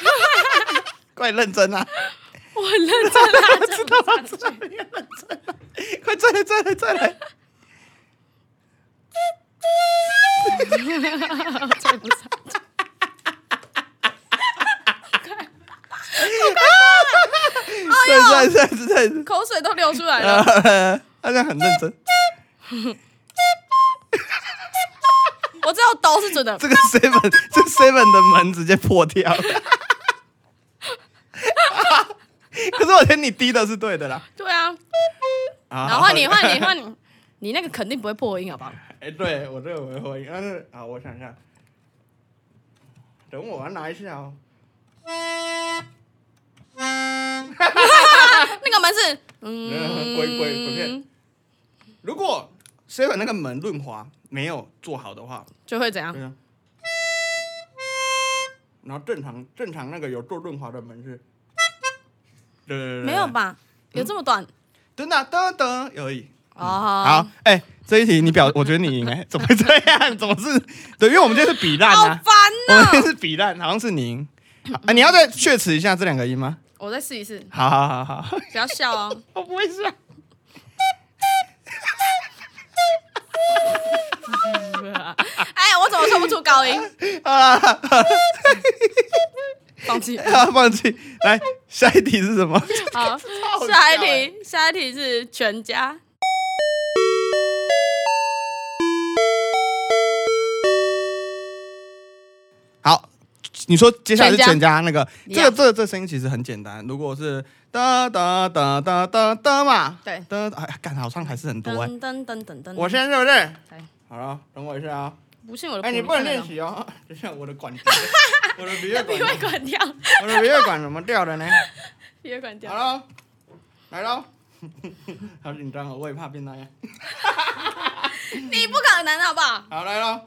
Speaker 3: 快认真啊！
Speaker 2: 我很认真啊，知道
Speaker 3: 快再来再来再来！再再再再再！
Speaker 2: 口水都流出来 了，
Speaker 3: 大家很认真，
Speaker 2: 我知道都是准的，
Speaker 3: 这个 seven 这 seven 的门直接破掉了。可是我觉得你低的是对的啦。
Speaker 2: 对啊，
Speaker 3: 然
Speaker 2: 然后换你换你换你，你那个肯定不会破音好不好？
Speaker 3: 哎，对我这个没回应，但是啊，啊 我想一下，等我拿一下哦。
Speaker 2: 那个门是
Speaker 3: 嗯
Speaker 2: 嗯，
Speaker 3: 鬼鬼鬼片如果 seven 那个门润滑没有做好的话，
Speaker 2: 就会怎样
Speaker 3: 对？啊。然后正常正常那个有做润滑的门是，对对对，对
Speaker 2: 没有？吧？
Speaker 3: 嗯
Speaker 2: 有这么短？
Speaker 3: 真的噔噔而已。好
Speaker 2: 哦，，
Speaker 3: 哎、这一题你表，我觉得你赢哎、 怎么会这样？怎么是？对，因为我们这是比烂
Speaker 2: 好
Speaker 3: 啊
Speaker 2: 烦，
Speaker 3: 我们
Speaker 2: 呐！
Speaker 3: 这是比烂，好像是你赢。好哎、你要再确齿一下这两个音吗？
Speaker 2: 我再试一次，
Speaker 3: 好好好好好，
Speaker 2: 不要笑哦。
Speaker 3: 我不会笑。
Speaker 2: 哎，我怎么说不出高音？
Speaker 3: 啊，
Speaker 2: 放 弃。
Speaker 3: 好放弃。来，下一题是什么？
Speaker 2: 好，下一
Speaker 3: 欸
Speaker 2: 题，下一题是全家。
Speaker 3: 好，你说接下来是
Speaker 2: 全家
Speaker 3: 全家那个，
Speaker 2: 一
Speaker 3: 这
Speaker 2: 样
Speaker 3: 个这个这个声音其实很简单，如果是哒哒哒哒哒哒嘛，
Speaker 2: 对
Speaker 3: 哒，哎呀，干好像还是很多哎。
Speaker 2: 噔噔噔噔噔，
Speaker 3: 我现在是不是
Speaker 2: 对？
Speaker 3: 好了，等我一下啊！
Speaker 2: 不信我的
Speaker 3: 哎，
Speaker 2: 鼓
Speaker 3: 你
Speaker 2: 你
Speaker 3: 不
Speaker 2: 看
Speaker 3: 能
Speaker 2: 得
Speaker 3: 练
Speaker 2: 到，
Speaker 3: 习哦， 等一下我的管， 我的鼻
Speaker 2: 那
Speaker 3: 乐
Speaker 2: 鼻会
Speaker 3: 管，
Speaker 2: 管掉，
Speaker 3: 我的鼻乐管怎么掉的呢？
Speaker 2: 鼻会管
Speaker 3: 好
Speaker 2: 掉。
Speaker 3: 了，来 喽！好紧张哦，我也怕变那样。
Speaker 2: 你不可能好不好？
Speaker 3: 好，来喽！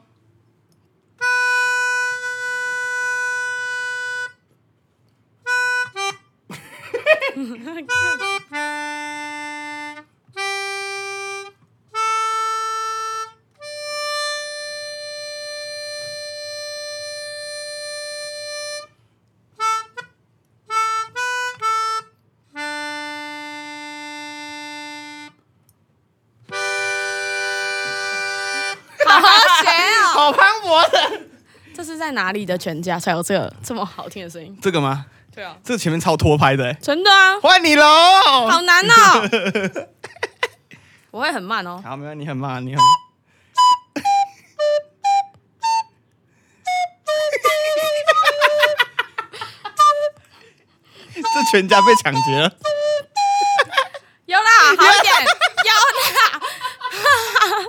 Speaker 2: 好和谐哦！
Speaker 3: 好磅礴的，
Speaker 2: 这是在哪里的全家才有这个这么好听的声音？
Speaker 3: 这个吗？
Speaker 2: 对啊，
Speaker 3: 这前面超拖拍的欸，
Speaker 2: 真的啊，
Speaker 3: 换你喽！
Speaker 2: 好难哦。 我会很慢哦，
Speaker 3: 好，没有，你很慢，你很。 这全家被抢劫了，
Speaker 2: 有啦，好一 点，有啦，
Speaker 3: 啊！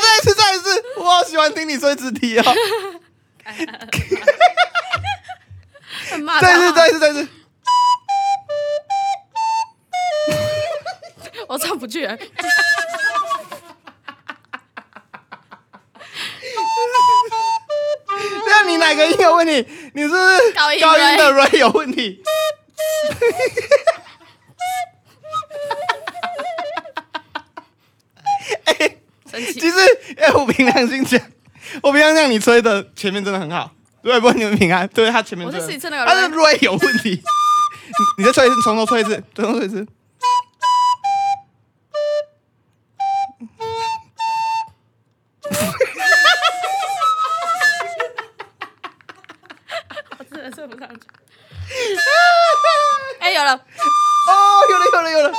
Speaker 3: 再一次，再一次，我好喜欢听你说字 题哦！
Speaker 2: 很慢。哦
Speaker 3: 再一次，再一次，再一次，
Speaker 2: 我唱不去了。
Speaker 3: 那你哪个音有问题？你是不是
Speaker 2: 高音
Speaker 3: 高音的
Speaker 2: Ray
Speaker 3: Ray 有问题？
Speaker 2: 生气
Speaker 3: 其实，哎、我凭良心讲，我凭良心讲，你吹的前面真的很好。对，不过你们平安，对他前面
Speaker 2: 我
Speaker 3: 真的，
Speaker 2: 再试一次那个
Speaker 3: 他是
Speaker 2: Ray
Speaker 3: Ray 有问题。你你再吹一次，从头吹一次，哦从头吹一次。
Speaker 2: 真的射不上去。哎，有了，
Speaker 3: 哦，有了有了有了。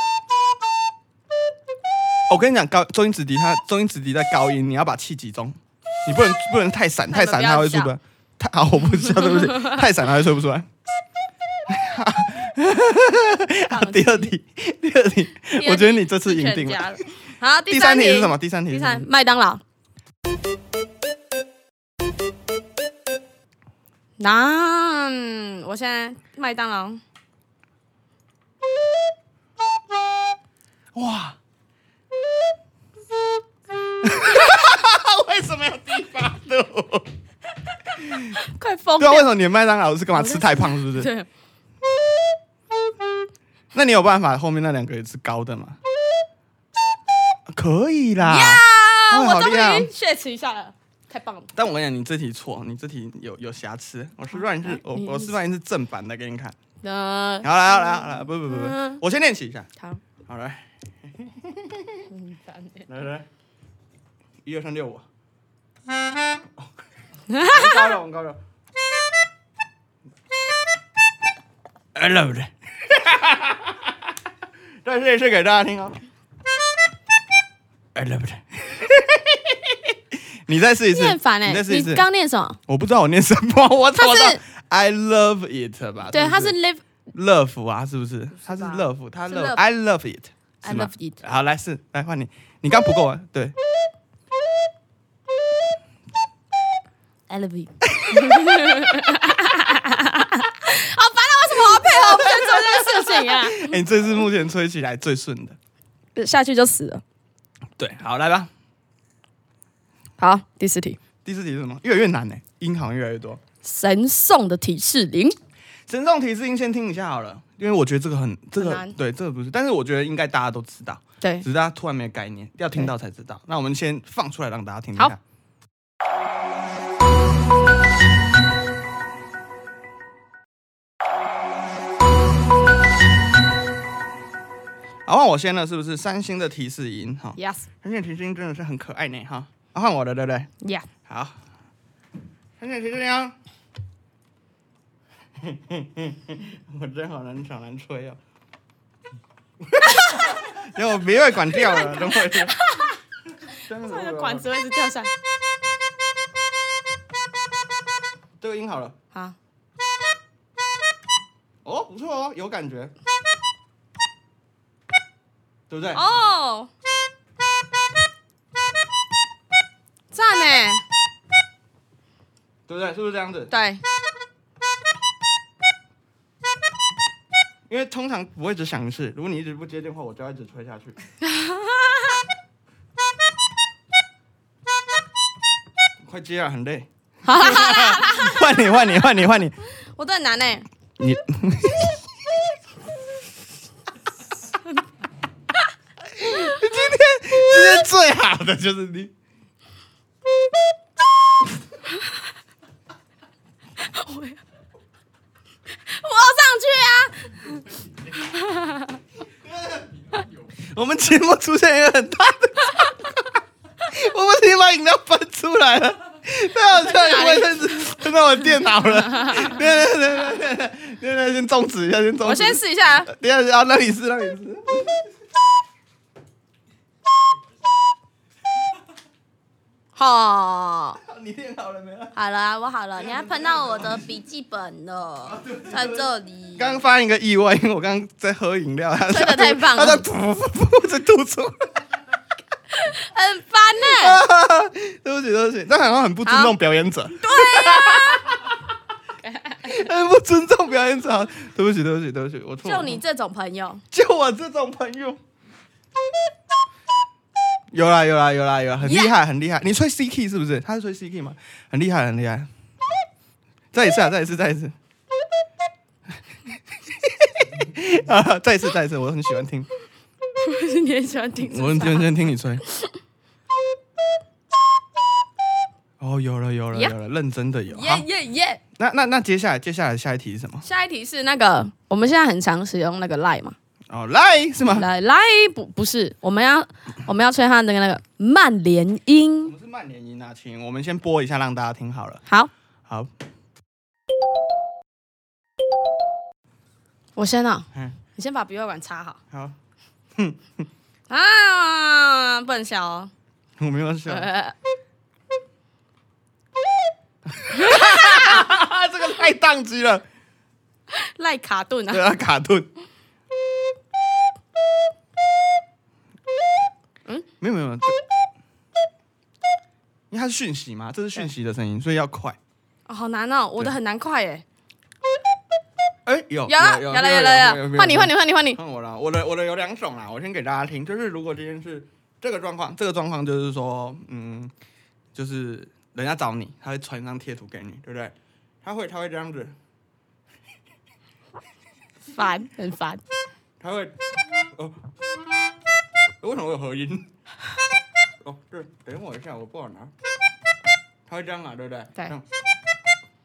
Speaker 3: 我跟你讲，高中音子笛它中音子笛在高音，你要把气集中，你不能不能太散，太散它会出不来。太好，我不知道，对不 起，太散它会吹不出来。好，第二题，第二题，我觉得你这次赢定
Speaker 2: 全家了。
Speaker 3: 了。
Speaker 2: 好，
Speaker 3: 第
Speaker 2: 三
Speaker 3: 三题是什么？？第三题
Speaker 2: 第
Speaker 3: 是
Speaker 2: 三
Speaker 3: 什，么？
Speaker 2: 麦当劳。那、嗯我现在麦当劳
Speaker 3: 哇！为什么有第八度？
Speaker 2: 快疯
Speaker 3: 对啊，为什
Speaker 2: 掉！
Speaker 3: 么你的麦当劳是干嘛？吃太胖是不是？
Speaker 2: 对，
Speaker 3: 那你有办法后面那两个也是高的吗？可以啦
Speaker 2: 啊，
Speaker 3: 哎好
Speaker 2: 我终
Speaker 3: 厉害哦
Speaker 2: 于血池一下了，太棒了！
Speaker 3: 但我跟你讲，你这题错，你这题有有瑕疵。我示范一次，我
Speaker 2: 啊你
Speaker 3: 我示范一次正版的给你看。
Speaker 2: 那
Speaker 3: 好来好来好来，不不不
Speaker 2: 嗯
Speaker 3: 不，我先练习一下。
Speaker 2: 呃好，
Speaker 3: 好来，
Speaker 2: 欸
Speaker 3: 来来，一二 三六五。我高了，我高了。I love it。再试一次给大家听哦。I love it。你再试一次，
Speaker 2: 念反哎
Speaker 3: 你再，试一
Speaker 2: 你
Speaker 3: 次。
Speaker 2: 刚念什么？
Speaker 3: 我不知道我念什么，我
Speaker 2: 它
Speaker 3: 错
Speaker 2: 是
Speaker 3: 到 I love it 吧？
Speaker 2: 对，
Speaker 3: 不
Speaker 2: 他是 live
Speaker 3: love 啊，是不是？他是 love，他
Speaker 2: 是
Speaker 3: love
Speaker 2: love
Speaker 3: I love it，
Speaker 2: I
Speaker 3: 是吗
Speaker 2: love it
Speaker 3: 好，来是来换你，你刚 不够啊，对，
Speaker 2: elevate， 好烦啊！为什么我要配合我们在做这件事情啊？
Speaker 3: 哎、你这是目前吹起来最顺的。
Speaker 2: 下去就死了。
Speaker 3: 对，好，来吧。
Speaker 2: 好，第四题，
Speaker 3: 第四题是什么？越来越难呢、欸音好像越来越多。
Speaker 2: 神送的提示铃，
Speaker 3: 神送提示音先听一下好了，因为我觉得这个很这
Speaker 2: 很
Speaker 3: 个
Speaker 2: 难
Speaker 3: 对这个不是，但是我觉得应该大家都知道，
Speaker 2: 对
Speaker 3: 只，是大家突然没概念，要听到才知道。那我们先放出来让大家听听
Speaker 2: 好
Speaker 3: 看。好，换我先了，是不是？三星的提示音哈，
Speaker 2: Yes，
Speaker 3: 三星的提示音真的是很可爱呢哈。啊，换我的对不对？
Speaker 2: Yeah，
Speaker 3: 好，三星的提示音哦。我真好难找难吹哦。因为我鼻胃管掉了，等会儿。真
Speaker 2: 那
Speaker 3: 的
Speaker 2: 个管子会一直掉下来。
Speaker 3: 这个音好了。
Speaker 2: 好，
Speaker 3: 哦，不错哦，有感觉，对不对？
Speaker 2: 哦，赞呢，
Speaker 3: 对不对？是不是这样子？
Speaker 2: 对，
Speaker 3: 因为通常不会只响一次，如果你一直不接电话，我就要一直吹下 去。快接啊，很累。换你，换你，换你，换你，
Speaker 2: 我都很难呢。
Speaker 3: 你。 今天今天最好的就是你。
Speaker 2: 我要上去啊！
Speaker 3: 我们节目出现一个很大的状况，我不小心把饮料喷出来了，太好笑了，卫生纸喷到我电脑了。对对对对对对对，先终止一下，先终止。
Speaker 2: 我先，试一下啊。
Speaker 3: 等一下啊，让你试，让你试。
Speaker 2: 好，
Speaker 3: 你练好了没有？
Speaker 2: 好了啊，我好了，你还喷到我的笔记本了，在这里。
Speaker 3: 刚刚发现一个意外，因为我刚刚在喝饮料，它
Speaker 2: 真的太棒了
Speaker 3: 它在噗噗噗在吐出来。
Speaker 2: 很烦呢、
Speaker 3: 对不起，对不起，这好像很不尊重表演者。对 呀、很不尊重表演者。对不起，对不起，对不起，我错了。
Speaker 2: 就你这种朋友，
Speaker 3: 就我这种朋友。有啦有啦有啦有啦，很厉害很厉害。你吹 C key 是不是？他是吹 C key 吗？很厉害很厉害。再一次啊，再一次，再一次。 啊，再一次，再一次，我很喜欢听，
Speaker 2: 你也喜欢听这
Speaker 3: 我很喜
Speaker 2: 种？
Speaker 3: 欢听你吹。哦，有了有了有
Speaker 2: Yeah
Speaker 3: 了，认真的有。好
Speaker 2: 耶，耶耶！
Speaker 3: 那那那接下来接下来下一题是什么？
Speaker 2: 下一题是那个，我们现在很常使用那个 lie 嘛，
Speaker 3: 哦，来是吗？
Speaker 2: 来来不不是，我们要我们要吹它的那个那个慢连音
Speaker 3: 我。们是慢联音啊，请我们先播一下让大家听好了。
Speaker 2: 好，
Speaker 3: 好，
Speaker 2: 我先啊、
Speaker 3: 嗯
Speaker 2: 你先把鼻胃管插好
Speaker 3: 好。
Speaker 2: 啊，不能笑哦。
Speaker 3: 我没有笑，
Speaker 2: 呃
Speaker 3: 啊，这个太宕 机了，
Speaker 2: 赖卡顿
Speaker 3: 对
Speaker 2: 啊，
Speaker 3: 啊，卡顿。嗯，没有没有，没有这因为它是讯息嘛，这是讯息的声音，所以要快。
Speaker 2: 哦，好难哦，我的
Speaker 3: 对
Speaker 2: 很难快耶。
Speaker 3: 哎，有
Speaker 2: 有了，有了，啊有了，有了，换你，换你，，换你，换你。
Speaker 3: 看我了，我的我的有两种啦，我先给大家听，就是如果今天是这个状况，这个状况就是说，嗯，就是人家找你，他会传一张贴图给你，对不对？他会他会这样子，
Speaker 2: 烦，很烦。
Speaker 3: 他会，哦，为什么会有合音？ 哦，对，等我一下，我不好拿。他会这样啊，对不对？
Speaker 2: 对
Speaker 3: 这样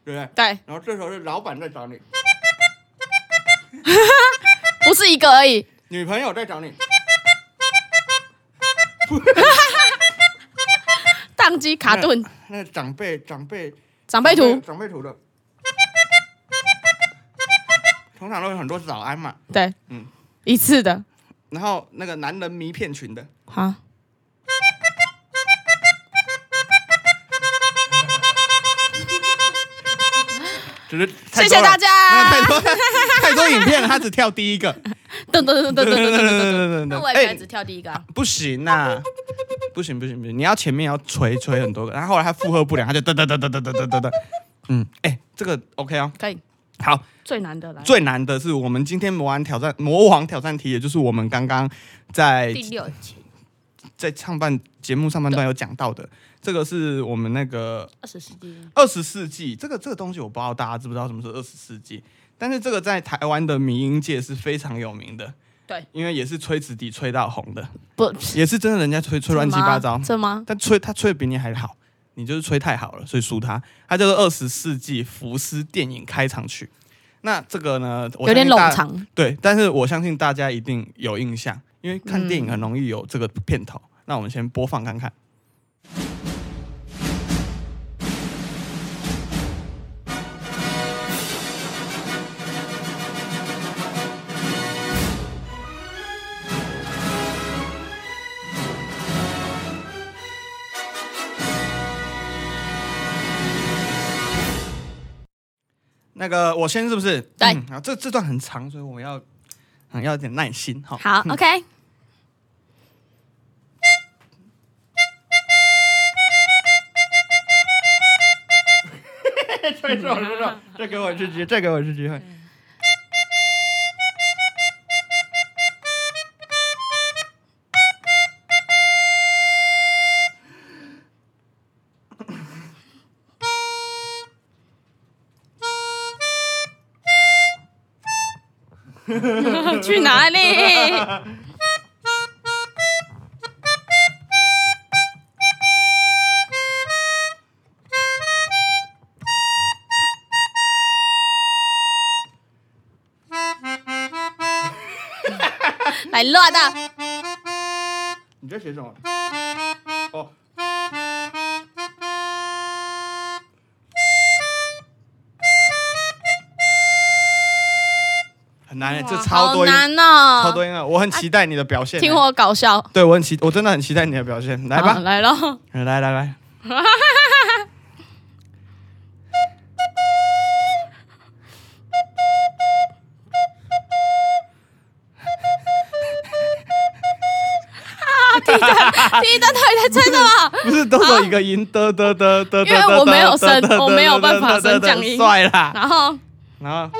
Speaker 3: 对不对？
Speaker 2: 对，
Speaker 3: 然后这时候是老板在找你，
Speaker 2: 不是一个而已。
Speaker 3: 女朋友在找你，
Speaker 2: 宕机卡顿，
Speaker 3: 那长辈长辈
Speaker 2: 长辈图，
Speaker 3: 长辈图的，通常都有很多早安嘛，
Speaker 2: 对，
Speaker 3: 嗯
Speaker 2: 一次的。
Speaker 3: 然后那个男人迷骗群的，
Speaker 2: 好，
Speaker 3: 只是
Speaker 2: 谢谢大家。
Speaker 3: 太多 太多影片了，他只跳第 一个，
Speaker 2: 噔噔噔噔噔噔噔 噔噔。
Speaker 3: 噔
Speaker 2: 那我也可以只跳第一个啊。
Speaker 3: 不行呐、啊，不行不行不行，你要前面要捶捶很多个，然后后来他负荷不良，他就噔噔噔噔噔噔噔噔噔，嗯，哎、这个 OK 啊。
Speaker 2: 可以，
Speaker 3: 好，
Speaker 2: 最难的来。
Speaker 3: 最难的是我们今天魔王挑战魔王挑战题，也就是我们刚刚在
Speaker 2: 第六集
Speaker 3: 在上半节目上半段有讲到的，这个是我们那个
Speaker 2: 二十世纪，
Speaker 3: 二十世纪，这个这个东西我不知道大家知不知道什么是二十世纪，但是这个在台湾的民音界是非常有名的。
Speaker 2: 对，
Speaker 3: 因为也是吹直笛吹到红的，
Speaker 2: 不
Speaker 3: 也是真的人家吹吹乱七八糟，
Speaker 2: 这吗？
Speaker 3: 但吹他吹的比你还好，你就是吹太好了，所以输他。他就是二十世纪福斯电影开场曲。那这个呢，我
Speaker 2: 有点
Speaker 3: 相信大
Speaker 2: 冗，长，
Speaker 3: 对，但是我相信大家一定有印象，因为看电影很容易有这个片头。那我们先播放看看。那个我先是不是？
Speaker 2: 对
Speaker 3: 嗯啊，这这段很长，所以我们要、嗯、要有点耐心哈。
Speaker 2: 好
Speaker 3: 嗯
Speaker 2: ，OK，
Speaker 3: 这个是我知道，这给我一次机，这给我一次机会。
Speaker 2: 去哪里？ 来乱啊的，
Speaker 3: 你在写什么？啊哦。很难欸，这超
Speaker 2: 好
Speaker 3: 多音，
Speaker 2: 难哦！
Speaker 3: 超多音啊！我很期待你的表现欸。
Speaker 2: 听我搞笑，
Speaker 3: 对我很期，我真的很期待你的表现。来
Speaker 2: 好
Speaker 3: 吧，
Speaker 2: 来喽！
Speaker 3: 来来来，啊
Speaker 2: 第一段到底在吹什么？
Speaker 3: 不是都有一个音的的的的，
Speaker 2: 因为我没有升我没有办法升降音
Speaker 3: 帅啦。
Speaker 2: 然后
Speaker 3: 然后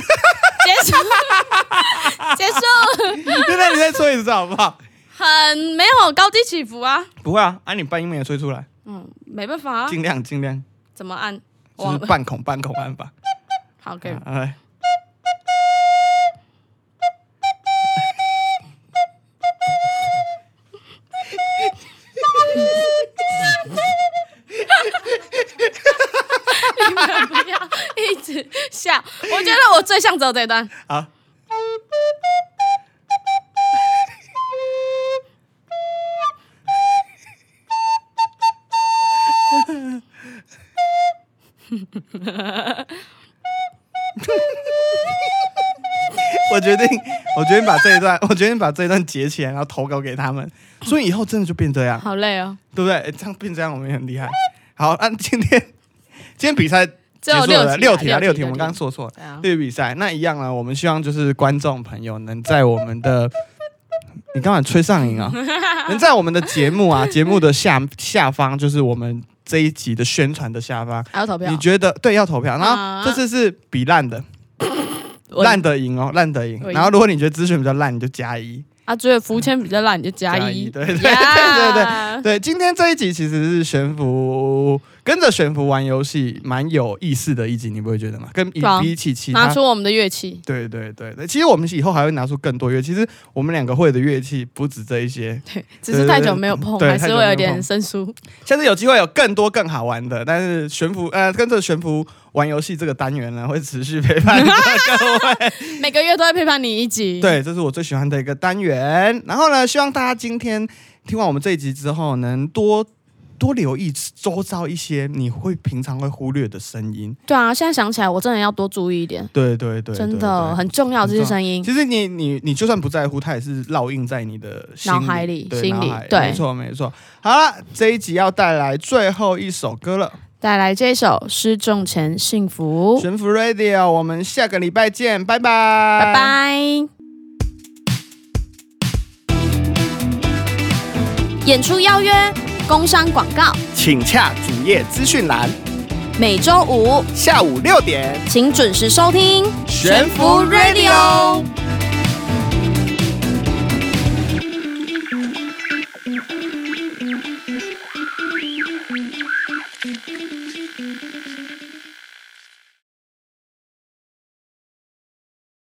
Speaker 2: 结 束，结束，
Speaker 3: 现在你再吹一次好不好？
Speaker 2: 很没有高低起伏啊。
Speaker 3: 不会啊，啊你半音没有吹出来，
Speaker 2: 嗯，没办法啊，
Speaker 3: 尽量尽量，
Speaker 2: 怎么按？
Speaker 3: 就
Speaker 2: 忘
Speaker 3: 是
Speaker 2: 了。
Speaker 3: 半孔半孔按法。
Speaker 2: 好，可以。
Speaker 3: 啊来
Speaker 2: 不要一直笑，我觉得我最像走这一段。
Speaker 3: 好。我决定，我决定把这一段，我决定把这一段截起来，然后投稿给他们。所以以后真的就变这样，
Speaker 2: 好累哦，
Speaker 3: 对不对？诶这样变这样，我们也很厉害。好，按、今天今天比赛
Speaker 2: 只有
Speaker 3: 结束了
Speaker 2: 题啊，
Speaker 3: 题啊，
Speaker 2: 六
Speaker 3: 六题，我们刚刚说错了。
Speaker 2: 对啊，
Speaker 3: 对比赛，那一样啊。我们希望就是观众朋友能在我们的，你刚才吹 上瘾啊，能在我们的节目啊，节目的下下方，就是我们这一集的宣传的下方，
Speaker 2: 还要投票
Speaker 3: 你。觉得对要投票，然
Speaker 2: 啊
Speaker 3: 后这次是比烂的，
Speaker 2: 我
Speaker 3: 烂的赢哦，烂的赢
Speaker 2: 我。赢
Speaker 3: 然后如果你觉得资讯比较烂，你就加一。
Speaker 2: 啊，觉得福签比较烂，你就加
Speaker 3: 加
Speaker 2: 一。
Speaker 3: 一对对
Speaker 2: 呀
Speaker 3: 对对对，今天这一集其实是悬浮跟着悬浮玩游戏，蛮有意思的一集，你不会觉得吗？跟比
Speaker 2: 对啊
Speaker 3: 比起其他
Speaker 2: 拿出我们的乐器，
Speaker 3: 对对对对，其实我们以后还会拿出更多乐器。其实我们两个会的乐器不止这一些，
Speaker 2: 对，只是太久没有碰，
Speaker 3: 对
Speaker 2: 还是
Speaker 3: 太久
Speaker 2: 会
Speaker 3: 没有
Speaker 2: 有点
Speaker 3: 碰
Speaker 2: 生疏。
Speaker 3: 下次有机会有更多更好玩的。但是悬浮呃，跟着悬浮玩游戏这个单元呢，会持续陪 伴着各位。
Speaker 2: 每个月都会陪伴你一集。，
Speaker 3: 对，这是我最喜欢的一个单元。然后呢，希望大家今天听完我们这一集之后，能多多留意周遭一些你会平常会忽略的声音。
Speaker 2: 对啊，现在想起来，我真的要多注意一点，
Speaker 3: 对对对，
Speaker 2: 真
Speaker 3: 对
Speaker 2: 的很重要。
Speaker 3: 很
Speaker 2: 这
Speaker 3: 重
Speaker 2: 些
Speaker 3: 要
Speaker 2: 声音，
Speaker 3: 其实你你你就算不在乎，它也是烙印在你的心
Speaker 2: 脑海里
Speaker 3: 对
Speaker 2: 心里
Speaker 3: 脑海
Speaker 2: 对
Speaker 3: 没错没错。好了，这一集要带来最后一首歌了，
Speaker 4: 带来这首《失重前幸
Speaker 2: 哦
Speaker 4: 福》，
Speaker 3: 悬浮 Radio，我们下个礼拜见，拜拜，
Speaker 4: 拜。拜。演出邀约、工商广告，
Speaker 1: 请洽主页资讯栏，
Speaker 4: 每周五
Speaker 1: 下午六点。
Speaker 4: 请准时收听《
Speaker 1: 悬浮 Radio